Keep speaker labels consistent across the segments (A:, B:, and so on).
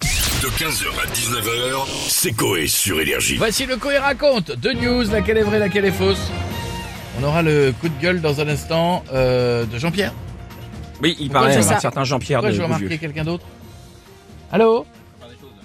A: De 15h à 19h, c'est Coé sur Énergie.
B: Voici le Coé raconte. Deux news, laquelle est vraie, laquelle est fausse. On aura le coup de gueule dans un instant euh, de Jean-Pierre.
C: Oui, il
B: Pourquoi
C: paraît,
B: tu
C: un
B: fais ça
C: certain Jean-Pierre
B: Pourquoi
C: de
B: je vais
C: Beauvieux.
B: remarquer quelqu'un d'autre Allô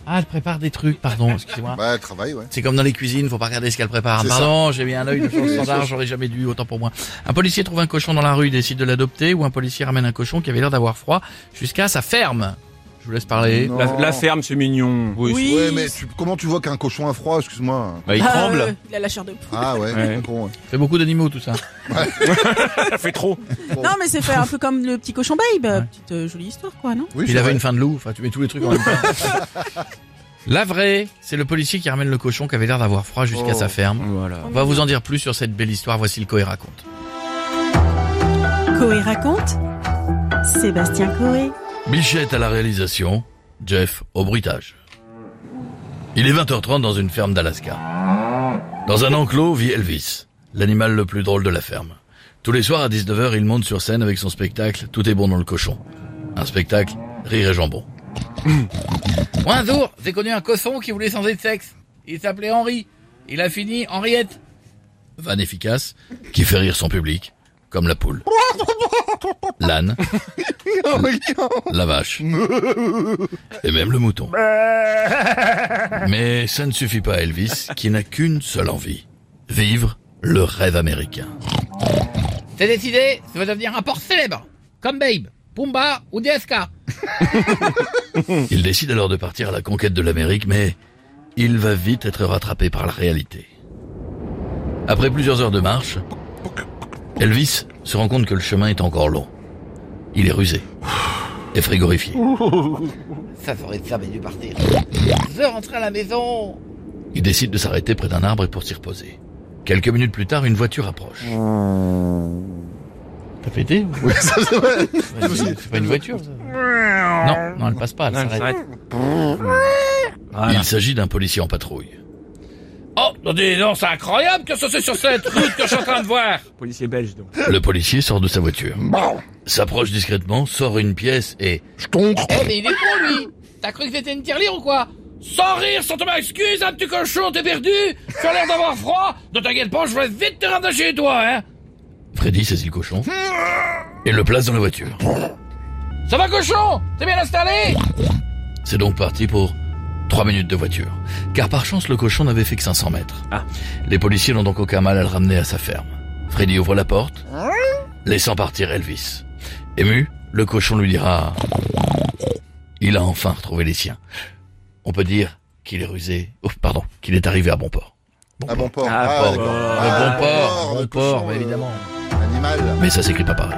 B: Ah, elle prépare des trucs, pardon, excusez-moi.
D: Bah, elle travaille, ouais.
B: C'est comme dans les cuisines, faut pas regarder ce qu'elle prépare.
D: C'est
B: Pardon, j'ai mis un œil de chance standard, j'aurais jamais dû, autant pour moi. Un policier trouve un cochon dans la rue, il décide de l'adopter, ou un policier ramène un cochon qui avait l'air d'avoir froid jusqu'à sa ferme. Je vous laisse parler.
D: Non.
C: La, la ferme, c'est mignon.
E: Oui.
D: Ouais, mais tu- comment tu vois qu'un cochon a froid, excuse-moi
B: Bah, il
E: Ah,
B: tremble.
E: euh, il a la chair de poule.
D: Ah ouais,
C: Ouais.
D: c'est con, ouais.
B: Fait beaucoup d'animaux, tout ça.
C: Ça fait trop.
B: Oh.
E: Non, mais c'est fait un peu comme le petit cochon babe. Petite euh, jolie histoire, quoi, non
D: Oui,
B: il
D: c'est
B: avait
D: vrai.
B: une fin de loup. Enfin, tu mets tous les trucs en même temps. La vraie, c'est le policier qui ramène le cochon qui avait l'air d'avoir froid jusqu'à
D: Oh.
B: sa ferme.
C: Voilà.
B: On va vous en dire plus sur cette belle histoire. Voici le Coé raconte.
E: Coé raconte. Sébastien Coé.
B: Bichette à la réalisation, Jeff au bruitage. Il est 20h30 dans une ferme d'Alaska. Dans un enclos vit Elvis, l'animal le plus drôle de la ferme. Tous les soirs à 19h, il monte sur scène avec son spectacle Tout est bon dans le cochon. Un spectacle rire et jambon. Moi un jour, j'ai connu un cochon qui voulait changer de sexe. Il s'appelait Henri. Il a fini Henriette. Van efficace qui fait rire son public, comme la poule. L'âne la vache. Et même le mouton. Mais ça ne suffit pas à Elvis, qui n'a qu'une seule envie. Vivre le rêve américain. C'est décidé, ça va devenir un port célèbre. Comme Babe, Pumba ou DSK. il décide alors de partir à la conquête de l'Amérique, mais il va vite être rattrapé par la réalité. Après plusieurs heures de marche, Elvis se rend compte que le chemin est encore long. Il est rusé et frigorifié. Ça ferait de ça, mais dû partir. Je rentre à la maison. Il décide de s'arrêter près d'un arbre et pour s'y reposer. Quelques minutes plus tard, une voiture approche. Mmh. T'as pété
D: Oui, ça, c'est vrai.
B: C'est pas une voiture, ça. Non, non, elle passe pas, elle s'arrête.
C: Voilà.
B: Il s'agit d'un policier en patrouille. Oh, dis donc, c'est incroyable que ce soit sur cette route que je suis en train de voir
C: Policier belge, donc.
B: Le policier sort de sa voiture,
D: Bon,
B: s'approche discrètement, sort une pièce et...
D: je t'oncle.
B: Eh mais il est con lui T'as cru que c'était une tirelire ou quoi Sans rire, sans te m'excuse, un petit cochon, t'es perdu Tu as l'air d'avoir froid Ne t'inquiète pas, je vais vite te ramener chez toi, hein Freddy saisit le cochon et le place dans la voiture. Ça va cochon T'es bien installé C'est donc parti pour trois minutes de voiture. Car par chance, le cochon n'avait fait que 500 mètres.
C: Ah.
B: Les policiers n'ont donc aucun mal à le ramener à sa ferme. Freddy ouvre la porte, laissant partir Elvis. Ému, le cochon lui dira... Il a enfin retrouvé les siens. On peut dire qu'il est rusé. Oh, pardon, qu'il est arrivé à bon port.
D: Ah bon port.
C: Ah,
D: Ah,
C: port.
D: d'accord.
C: Ah,
D: Ah,
B: bon port,
D: le
B: bon
D: cochon,
B: port,
D: euh,
B: évidemment.
D: Animal.
B: Mais ça s'écrit pas pareil.